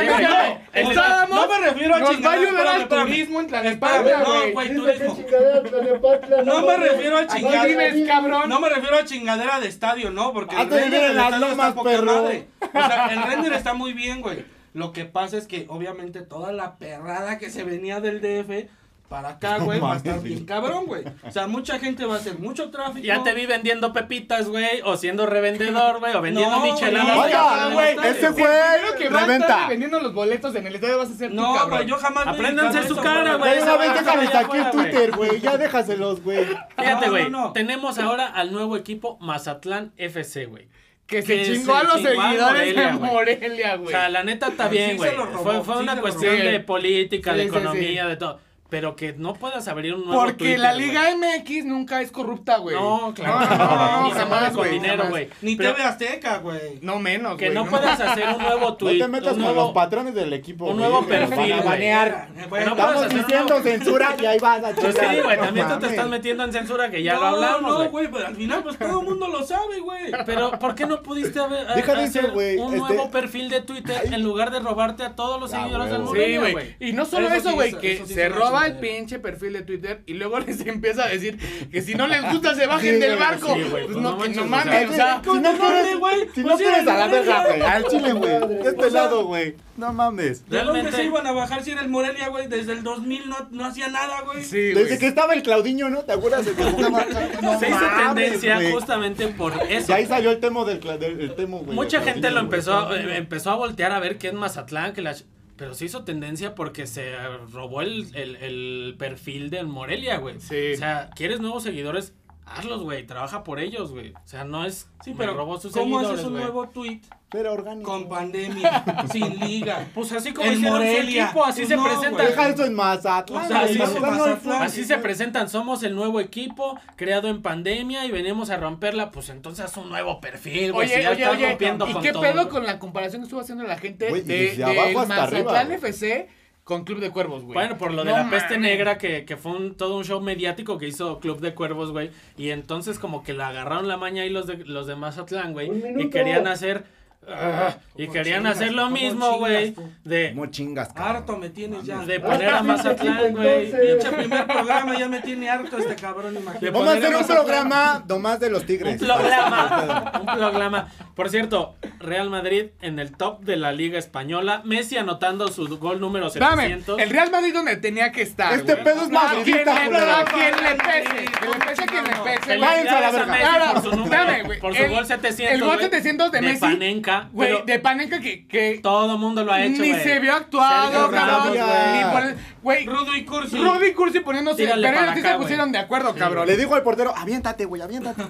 A: Mira, mira, mira.
B: El-
A: Estábamos-
D: No me refiero a
A: Nos va a
D: chingaderas,
A: ayudar al
D: espérame,
A: turismo en
D: espérame,
A: Tlanepantla,
D: No,
A: güey.
D: güey,
F: Dice que
D: turismo.
F: chingadera, Tlanepantla,
D: No me
F: mames.
D: refiero a
A: Aquí
D: chingaderas.
A: vives, cabrón.
D: No me refiero a chingadera de estadio, no, porque
C: Ah,
D: el
C: te
D: render
C: viven
D: del
C: las
D: estadio
C: lomas,
D: está poca
C: perro.
D: madre. O sea, el render está muy bien, güey. Lo que pasa es que obviamente toda la perrada que se venía del DF para acá, güey, va a
C: mames,
D: estar
C: güey.
D: bien cabrón, güey. O sea, mucha gente va a hacer mucho tráfico.
B: Ya te vi vendiendo pepitas, güey, o siendo revendedor, güey, o vendiendo
D: No,
B: micheladas.
D: no,
B: güey, en
D: oiga,
C: Oiga,
B: el
C: güey,
B: estadio.
C: ese
A: El primero
C: fue
A: que va a estar
C: reventa.
A: vendiendo los boletos en el estadio vas a ser tú,
D: No,
A: cabrón.
D: güey, yo jamás. me
B: Apréndanse
D: dedicaré
B: su
D: a eso,
B: cara, güey.
C: Güey,
B: esa
C: una vez
B: va a
C: déjalos
B: estar
C: aquí
B: allá
C: en
B: afuera,
C: Twitter, güey, ya déjaselos, güey.
B: Fíjate,
D: No,
B: güey.
D: no, no.
B: Tenemos ahora al nuevo equipo Mazatlán FC, güey.
A: Que se
B: Que
A: chingó
B: se
A: a los
B: chingó a
A: seguidores de
B: Morelia, güey.
A: Morelia,
B: O
A: güey.
B: sea, la neta está
D: Sí
B: bien,
D: se
B: güey.
D: lo robó,
B: Fue, fue
D: sí
B: una
D: se lo
B: cuestión
A: robó.
B: de política, de
A: Sí, sí,
B: economía, de todo. Pero que no puedas abrir un nuevo
A: Porque
B: Twitter,
A: la
B: güey.
A: Liga MX nunca es corrupta, güey.
B: No, claro.
A: No, no, no, no,
B: Ni se
A: jamás,
B: mueve con
A: güey,
B: dinero,
A: jamás.
B: güey.
D: Ni
B: Pero
D: TV Azteca, güey.
A: No menos,
B: Que
A: güey,
B: no puedas hacer un nuevo
C: No
B: tweet.
C: te metas
B: un
C: con
B: nuevo-
C: los patrones del equipo.
B: un
C: güey,
B: nuevo
C: que los van a
B: perfil, güey.
C: banear.
B: No
D: Bueno, pues,
B: puedes
C: Estamos
B: hacer un
C: diciendo
B: nuevo-
C: censura y ahí vas a
B: Pues sí,
C: chingar.
B: güey,
C: No
B: también tú te
C: mames.
B: estás metiendo en censura, que ya
D: no,
B: lo hablamos,
D: No,
B: güey.
D: güey, pero al final, pues todo el mundo lo sabe, güey.
B: Pero, ¿por qué no pudiste haber, a-
C: Deja de
B: hacer
C: eso, güey,
B: un
C: este-
B: nuevo perfil de Twitter en lugar de robarte a todos los
C: Ah,
B: seguidores del
C: huevo.
B: mundo?
A: Sí, güey. Y no solo
D: Eso
A: eso,
D: sí
A: güey,
D: es-
A: que
D: eso sí
A: se
D: es una
A: roba el
D: chingadera.
A: pinche perfil de Twitter y luego [LAUGHS] les empieza a decir que si no les gusta se bajen
C: Sí,
A: del
C: güey,
A: barco.
B: sí, güey,
A: pues
B: pues
A: no,
B: no
A: que no
B: manches, o sea,
A: mames, o sea.
C: Si no quieres,
D: güey,
C: si no
D: pues sí,
C: quieres a la
D: güey.
C: verga, güey. Al chile, güey. De este
D: O sea,
C: lado, güey. No mames.
D: ¿De dónde se
B: Realmente-
D: iban a bajar si era el Morelia, güey? Desde el 2000 no, no hacía nada, güey.
A: Sí,
C: Desde
A: güey.
C: que estaba el Claudiño, ¿no? ¿Te acuerdas de que estaba [LAUGHS] No
B: Se hizo
C: mames,
B: tendencia
C: güey.
B: justamente por
C: Y
B: eso.
C: ahí salió el tema del, Cla- del- el temo, güey.
B: Mucha
C: del
B: gente
C: Claudiño,
B: lo
C: güey.
B: empezó a, eh, empezó a voltear a ver qué es Mazatlán, que la ch- pero se hizo tendencia porque se eh, robó el, el- el perfil del Morelia, güey.
A: Sí.
B: O sea, ¿quieres nuevos seguidores? Hazlos, güey. Trabaja por ellos, güey. O sea, no es...
D: Sí,
B: me
D: pero
B: robó sus
D: ¿cómo
B: seguidores,
D: haces un
B: güey.
D: nuevo tweet
C: Era orgánico.
D: con pandemia,
B: [LAUGHS]
D: sin liga?
B: Pues así como
D: El
B: hicieron su
D: Morelia.
B: equipo, así
D: Pues
B: se
D: no,
B: presenta.
D: güey.
C: Deja eso en Mazatlán.
D: O sea,
C: güey.
B: así
C: Mazatlán
D: se-
C: no hay
D: Mazatlán.
C: flag,
B: Así se
C: güey.
B: presentan, somos el nuevo equipo creado en pandemia y venimos a romperla, pues entonces haz un nuevo perfil, güey.
A: Oye,
B: si ya
A: oye,
B: estás
A: oye,
B: rompiendo
A: ¿y
B: con
A: qué
B: todo,
A: pedo
B: güey.
A: con la comparación que estuvo haciendo la gente
C: Güey,
A: de,
C: desde
A: de
C: abajo hasta
A: Mazatlán
C: arriba.
A: FC con Club de Cuervos, güey?
B: Bueno, por lo de
A: No
B: la peste
A: mames.
B: negra, que, que fue un, todo un show mediático que hizo Club de Cuervos, güey. Y entonces como que la agarraron la maña ahí los de, los de Mazatlán, güey.
F: Un
B: Y
F: minuto.
B: querían hacer ah, y
D: ¿Cómo
B: querían
D: chingas?
B: hacer lo
D: ¿Cómo
B: mismo, güey,
D: chingas
B: de,
C: Como chingas, cabrón.
D: Harto me tienes ya.
B: de poner
A: [LAUGHS]
B: a
F: Ah,
B: Mazatlán,
F: sí,
B: güey.
F: entonces.
D: Pinche primer programa ya me tiene harto este cabrón, imagínate.
B: De
C: Vamos a
B: poner a
C: hacer un
B: Mazatlán.
C: programa nomás de los
B: Un
C: tigres.
A: [LAUGHS]
B: programa, un programa. Por cierto, Real Madrid en el top de la Liga Española. Messi anotando su gol número
A: Dame,
B: 700.
A: el Real Madrid donde tenía que estar.
C: Este
A: güey.
C: pedo es
A: No, a quien
C: madridista,
A: le- a
C: culero.
A: quien le pese. Que le pese a quien le pese. güey.
C: Váyanse a la
B: Felicidades a
C: verga.
B: Messi
A: Claro,
B: por su, número,
A: dame, güey.
B: por su
A: El-
B: gol 700.
A: el gol
B: güey,
A: 700 de Messi,
B: Panenka.
A: Güey,
B: pero
A: de Panenka que, que
B: todo mundo lo ha hecho,
A: ni
B: güey.
A: se vio actuado,
B: Sergio Ramos,
A: cabrón.
C: güey.
A: Ni por- Güey,
D: Rudo y Cursi.
A: Rudy Cursi poniéndose.
B: Tírale
A: Pero
B: para
A: ellos sí
B: acá,
A: se pusieron
B: güey.
A: de acuerdo, cabrón.
C: Le digo al portero, aviéntate, güey, aviéntate.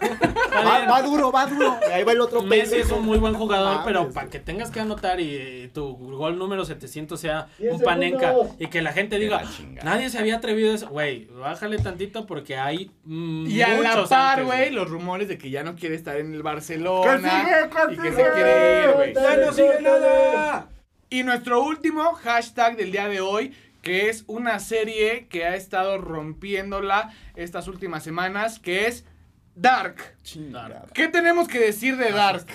C: va, va duro, va duro. Y ahí va el otro
B: Messi es
C: pendejo.
B: un muy buen jugador,
C: Mames,
B: pero
C: güey.
B: para que tengas que anotar y eh, tu gol número 700 sea
F: Diez
B: un panenca
F: segundos.
B: y que la gente diga, nadie se había atrevido a eso. Güey, bájale tantito porque hay mm,
A: Y a la
B: muchos
A: par,
B: antes,
A: güey, los rumores de que ya no quiere estar en el
C: ¡Que
A: Barcelona.
C: sigue, que
A: y que se
C: sigue!
F: Ah,
A: quiere ir, güey.
D: Ya no sigue nada.
A: Y nuestro último hashtag del día de hoy, que es una serie que ha estado rompiéndola estas últimas semanas, que es Dark.
C: Chingada.
A: ¿Qué tenemos que decir de Dark?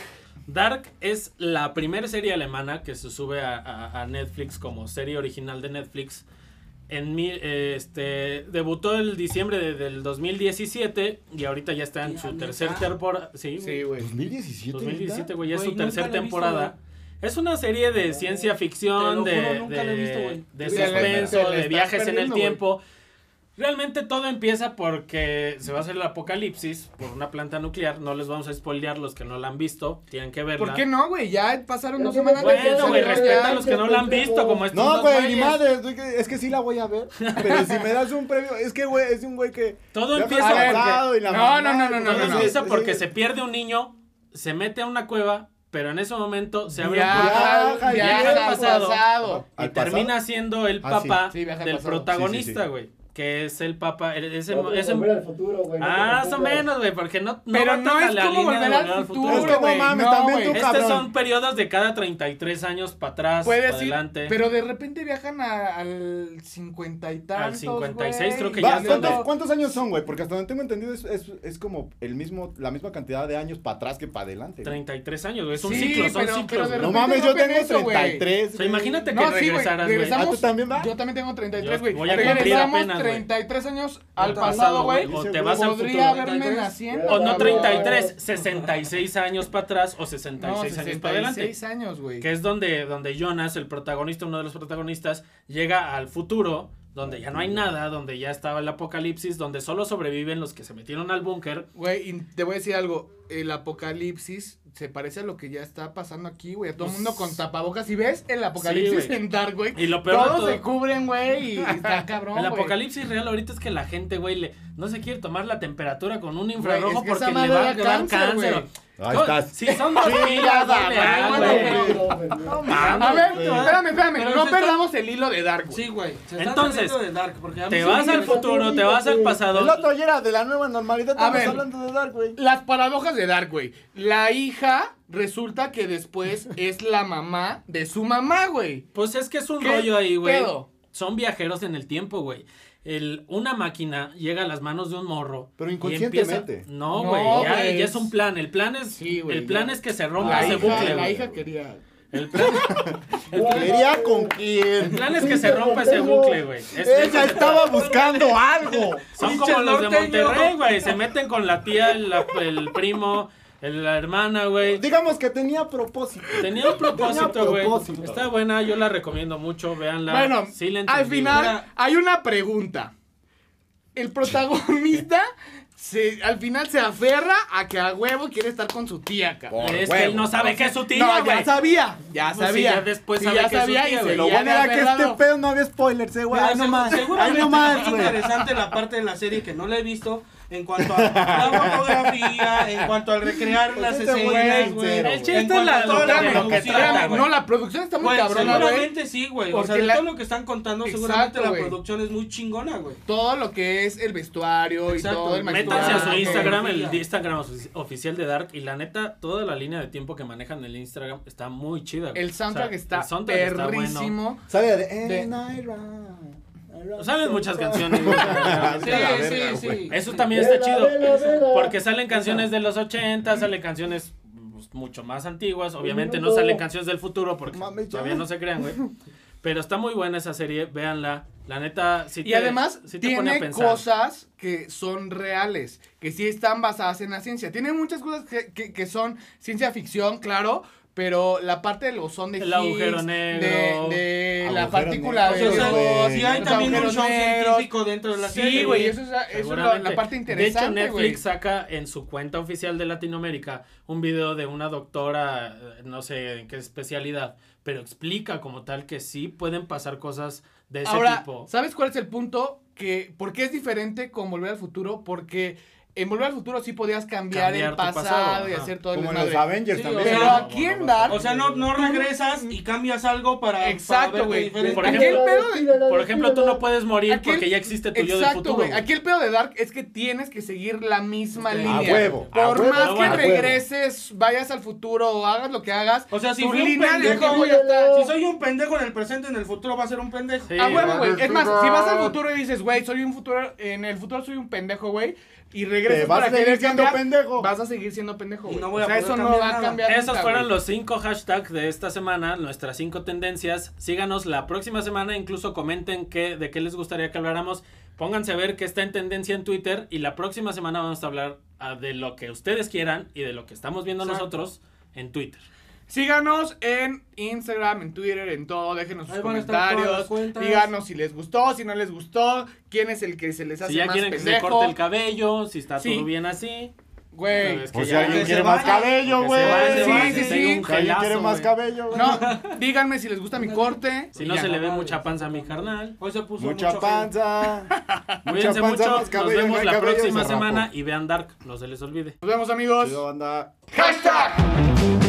B: Dark es la primera serie alemana que se sube a, a- a Netflix como serie original de Netflix. En mi, eh, este, debutó el diciembre de- del 2017 y ahorita ya está en
D: Ya,
B: su
D: neta.
B: tercer temporada. Sí,
A: Sí,
C: pues,
A: güey.
C: 2017.
B: 2017, güey, ya es su
D: Güey, nunca
B: tercera
D: la he visto,
B: temporada. es una serie de ciencia ficción,
D: Te lo juro,
B: de,
D: nunca la he visto,
B: de,
D: güey.
B: de
A: Te la- te
B: suspenso,
A: la
B: de
A: estás
B: viajes en el
A: perdiendo, güey.
B: tiempo. Realmente todo empieza porque se va a hacer el apocalipsis por una planta nuclear. No les vamos a spoilear los que no la han visto. Tienen que verla.
A: ¿Por qué no, güey? Ya pasaron dos
F: Ya
A: semanas de que
B: Bueno, güey,
A: salió
B: respeta a
A: Dark.
B: los que no la han visto, como estos
C: No,
B: dos
C: güey, ni
B: güeyes.
C: madre. es que- Es que sí la voy a ver. Pero si me das un premio. Es que, güey, es un güey que.
B: Todo
C: ya
B: empieza
C: fue
A: a ver,
C: abrazado y la
A: no,
C: mamá,
A: no, no, no, no,
B: Todo
C: entonces,
B: empieza
C: sí,
B: porque
C: sí.
B: se pierde un niño, se mete a una cueva, pero en ese momento se abre un portal
A: Viaja,
C: Viaja,
A: viaja
B: viaja
A: al
B: al
A: pasado.
B: y
C: ¿Al pasado?
B: termina siendo el
C: Ah, sí.
B: papá
A: Sí, viaja al
B: del
A: pasado.
B: protagonista,
C: Sí, sí, sí.
B: güey. Que es el papá. el- Ese,
F: No, pero
B: ese-
F: volver al futuro, güey. no te
B: más o
F: confundas.
B: menos, güey, porque no.
A: Pero
B: va
A: no
B: tan a
A: es
B: la
A: como
B: línea de
A: volver al
C: Es que
A: futuro,
C: no
A: güey.
C: mames,
A: No,
C: también
A: güey.
C: tú,
B: Estos
C: cabrón.
B: son periodos de cada 33 años para atrás, para
A: Puedes ir,
B: adelante.
A: pero de repente viajan a- al 50 y tantos,
B: 56
A: güey,
B: creo que
A: y
B: ya
C: Va,
B: es
A: cuando-
B: donde-
C: ¿cuántos, cuántos años son, güey? Porque hasta donde tengo entendido es, es, es como el mismo, la misma cantidad de años para atrás que para adelante. güey.
B: 33 años, güey. Es un
A: Sí,
B: ciclo, son
A: pero-
B: ciclos.
A: pero de
B: güey.
C: No
A: repente
C: mames, yo
A: rompen
C: tengo
A: eso, güey.
C: 33.
B: O sea,
C: güey.
B: imagínate que
A: No, sí, güey.
B: regresaras, güey.
A: Regresamos.
C: ¿Ah, tú también, va?
A: Yo también tengo 33,
B: Yo
A: güey.
B: voy a cumplir
A: Regresamos
B: apenas, güey.
A: 33 años al
D: Puta
A: pasado,
D: madre,
A: güey.
B: O
C: Dice,
B: te
C: güey,
B: vas al futuro.
A: Podría haberme
D: 33.
A: nacido.
B: O no
F: Claro,
B: 33, 66 años para atrás o 66
A: No,
B: años para adelante.
A: 66 años, güey.
B: Que es donde, donde Jonas, el protagonista, uno de los protagonistas, llega al futuro, donde ya no hay nada, donde ya estaba el apocalipsis, donde solo sobreviven los que se metieron al búnker.
A: Güey, y te voy a decir algo. El apocalipsis se parece a lo que ya está pasando aquí, güey. A todo el mundo con tapabocas. Si ves el apocalipsis
B: Pues, güey.
A: en Dark, güey.
B: Y lo peor de
A: Todos
B: todo-
A: se cubren, güey. Y
B: [LAUGHS]
A: está cabrón,
B: el
A: güey.
B: apocalipsis real ahorita es que la gente, güey, le, no se quiere tomar la temperatura con un
A: Güey,
B: infrarrojo
A: es que esa
B: porque le
A: madre
B: va
A: da
B: a dar
A: cáncer,
B: cáncer.
A: güey.
C: Ahí
B: No,
C: estás.
B: Si son dos pilas,
A: Chingada
B: dale, ah,
A: madre,
B: güey.
A: güey.
F: No, güey.
A: A ver,
D: güey.
A: espérame, espérame.
D: Pero
A: no
D: se está-
A: perdamos el hilo de Dark, güey.
D: Sí, güey. Se está
B: Entonces,
D: saliendo de Dark, porque a mí
B: Te
D: sí
B: vas
D: me
B: al
D: llegó.
B: futuro, te vas al pasado.
C: El otro ayer era de la nueva normalidad.
A: A
C: Estamos
A: ver.
C: hablando de Dark, güey.
A: Las paradojas de Dark, güey. La hija resulta que después es la mamá de su mamá, güey.
B: Pues es que es un
A: ¿Qué
B: rollo ahí, güey.
A: pedo?
B: Son viajeros en el tiempo, güey. El, una máquina llega a las manos de un morro.
C: Pero
B: y
C: inconscientemente.
B: empieza- no,
A: No,
B: güey. ya,
A: güey.
B: ya es un plan. El plan es,
A: Sí, güey,
B: el plan
A: ya.
B: es que se rompa
A: La
B: ese
A: hija, la
B: bucle, güey.
A: hija quería.
B: El plan, el plan-
C: Quería con quién.
B: el plan es que se rompa
A: [LAUGHS]
B: ese bucle, güey. Es-
C: Ella estaba buscando algo.
B: son
D: pinche
B: como los de
D: norteño.
B: Monterrey, güey. Se meten con la tía, la- el primo, el- la hermana, güey.
C: Digamos que tenía propósito.
B: Tenía un propósito, güey.
C: propósito.
B: Está buena, yo la recomiendo mucho. Véanla.
A: Bueno,
B: Sí
A: al
B: la entendí, güey.
A: final hay una pregunta. El
B: [LAUGHS]
A: protagonista se, al final se aferra a que a huevo quiere estar con su tía, cabrón.
C: Por
B: Es que
C: huevo.
B: él Oh, no sabe que es su tía,
A: No,
B: güey.
A: ya sabía, ya
B: Pues sí,
A: sabía.
B: ya después
A: Sí,
B: sabe
A: ya
B: que es su
A: sabía
B: tía,
A: y
B: güey.
A: se
C: Lo
A: ya
C: bueno
A: había
C: era que este
A: aferrado.
C: pedo no había spoilers, eh, güey.
D: Mira,
C: Ahí
D: segu-
C: nomás. Ahí
D: Seguramente
C: nomás,
D: es
C: güey.
D: interesante la parte de la serie que no la he visto en cuanto a la fotografía, en cuanto al recrear
C: Pues
D: las
C: este güey es
D: escenas, güey.
C: sincero, güey.
B: El chiste
D: En
B: es
D: cuanto
B: la-
D: a toda
B: lo que-
D: la
B: lo que
D: producción,
B: trata,
A: Espérame,
B: güey. Pues,
A: no, la producción está muy
D: Güey,
A: cabrona, güey.
D: seguramente sí, güey. O sea,
A: Porque
D: de
A: la-
D: todo lo que están contando,
A: Exacto,
D: seguramente la
A: güey.
D: producción es muy chingona, güey.
A: Todo lo que es el vestuario
D: Exacto,
A: y todo el
D: métanse
B: Métanse a su
A: maquillaje.
B: Instagram, el Instagram ofi- oficial de Dark. Y la neta, toda la línea de tiempo que manejan en el Instagram está muy chida. güey.
A: El soundtrack
B: O sea,
A: está
B: el soundtrack está bueno.
A: perrísimo.
C: Sabe de.
A: De-
C: And I run,
B: [LAUGHS]
C: I run
B: Saben
C: so
B: muchas
C: far.
B: canciones.
A: [LAUGHS]
B: güey.
D: Sí,
C: Vete a la
D: sí,
C: verga,
D: sí.
C: güey.
B: Eso también está
F: Vela,
B: chido.
F: vela, vela.
B: Porque salen canciones de los 80, salen canciones pues, mucho más antiguas. Obviamente no
F: minuto.
B: salen canciones del futuro porque
C: Mames, ya.
B: todavía no se crean, güey. Pero está muy buena esa serie, véanla. La neta, sí
A: Y además
B: sí te pone a
A: tiene
B: pensar.
A: cosas que son reales, que sí están basadas en la ciencia. Tiene muchas cosas que, que- que son ciencia ficción, claro, pero la parte del bosón de
B: El agujero
A: Higgs,
B: negro.
A: de, de la
C: Agujero
A: partícula
C: negro.
A: de
D: O sea,
A: los,
D: sí hay
A: los
D: también un
A: agujeros
D: show
A: negros.
D: científico dentro de la
A: Sí,
D: serie.
A: güey, eso es, eso es la,
B: Seguramente.
A: la parte
B: De
A: interesante,
B: hecho,
A: güey.
B: Netflix saca en su cuenta oficial de Latinoamérica un video de una doctora, eh, no sé en qué especialidad, pero explica como tal que sí pueden pasar cosas de ese
A: Ahora,
B: tipo.
A: ¿sabes cuál es el punto? Que, ¿Por qué es diferente con Volver al Futuro? Porque en Volver al Futuro sí podías cambiar,
B: Cambiar
A: el
B: tu pasado,
A: pasado, y
B: ajá.
A: hacer todo el
C: Como en
A: desmadre.
C: los Avengers
D: Sí,
C: también.
D: o sea,
A: Pero aquí en Dark...
D: O sea, no, no regresas y cambias algo para, para
A: Exacto,
D: verte
A: güey.
D: diferente.
B: Por
A: Aquí el
B: ejemplo-
A: pedo de-
B: Por ejemplo, tú no puedes morir
A: Aquí el-
B: porque ya existe tu yo del
A: Exacto,
B: futuro.
A: güey. Aquí el pedo de Dark es que tienes que seguir la misma
B: A
A: línea.
C: huevo, a
A: Por
C: huevo,
A: más
B: a
A: que
B: huevo.
A: regreses, vayas al futuro o hagas lo que hagas,
D: O sea, si
A: tu
D: fui un
A: línea de
D: pendejo,
A: tiempo ya está.
D: Si soy un pendejo en el presente, en el futuro va a ser un pendejo.
B: Sí.
A: A huevo, güey.
E: güey.
A: Es más, si vas al futuro y dices, güey, soy un futuro, en el futuro soy un pendejo, güey, y
C: Te
A: regresas
C: vas
A: para
C: a seguir
A: querer
C: siendo
A: cambiar,
C: pendejo.
A: vas a seguir siendo pendejo,
D: Y
A: güey.
D: no voy
A: o
D: a
A: sea,
D: poder
A: eso no
D: cambiar
A: va a
D: nada.
A: cambiar
B: Esos
A: nunca,
B: fueron
A: güey.
B: los cinco hashtags de esta semana, nuestras cinco tendencias. Síganos la próxima semana, incluso comenten qué, de qué les gustaría que habláramos. Pónganse a ver qué está en tendencia en Twitter y la próxima semana vamos a hablar ah, de lo que ustedes quieran y de lo que estamos viendo
D: Exacto.
B: nosotros en Twitter.
A: Síganos en Instagram, en Twitter, en todo. Déjenos sus
D: Ahí van a estar todas las
A: comentarios.
D: cuentas.
A: Díganos si les gustó, si no les gustó, quién es el que se les hace
B: Si ya
A: más
B: quieren que se
A: pendejo.
B: corte el cabello, si está
A: Sí.
B: todo bien así.
A: Güey.
B: Pero es que
E: O
B: ya-
E: sea, alguien
D: que
E: quiere
D: se
E: más
D: vaya.
E: cabello,
B: que se vaya, se
E: güey.
A: Sí,
B: vaya,
A: sí,
B: se tenga
A: sí.
B: un
C: Si alguien quiere
B: jalazo,
C: más
B: güey.
C: cabello, güey.
A: No, díganme si les gusta mi corte.
B: Si
A: Y
B: no
A: ya.
B: se le ve
D: no
B: mucha
D: mames.
B: panza a mi carnal.
D: Hoy se puso
C: Mucha
D: mucho
C: panza. Mucha
B: Cuídense
C: panza,
B: mucho.
C: más
B: Nos
C: cabello, no
B: vemos
C: hay
B: la
C: cabello,
B: próxima
C: se rapó.
B: semana y vean Dark. No se les olvide.
A: Nos vemos amigos.
C: Chido, banda.
A: Hashtag.
D: hate.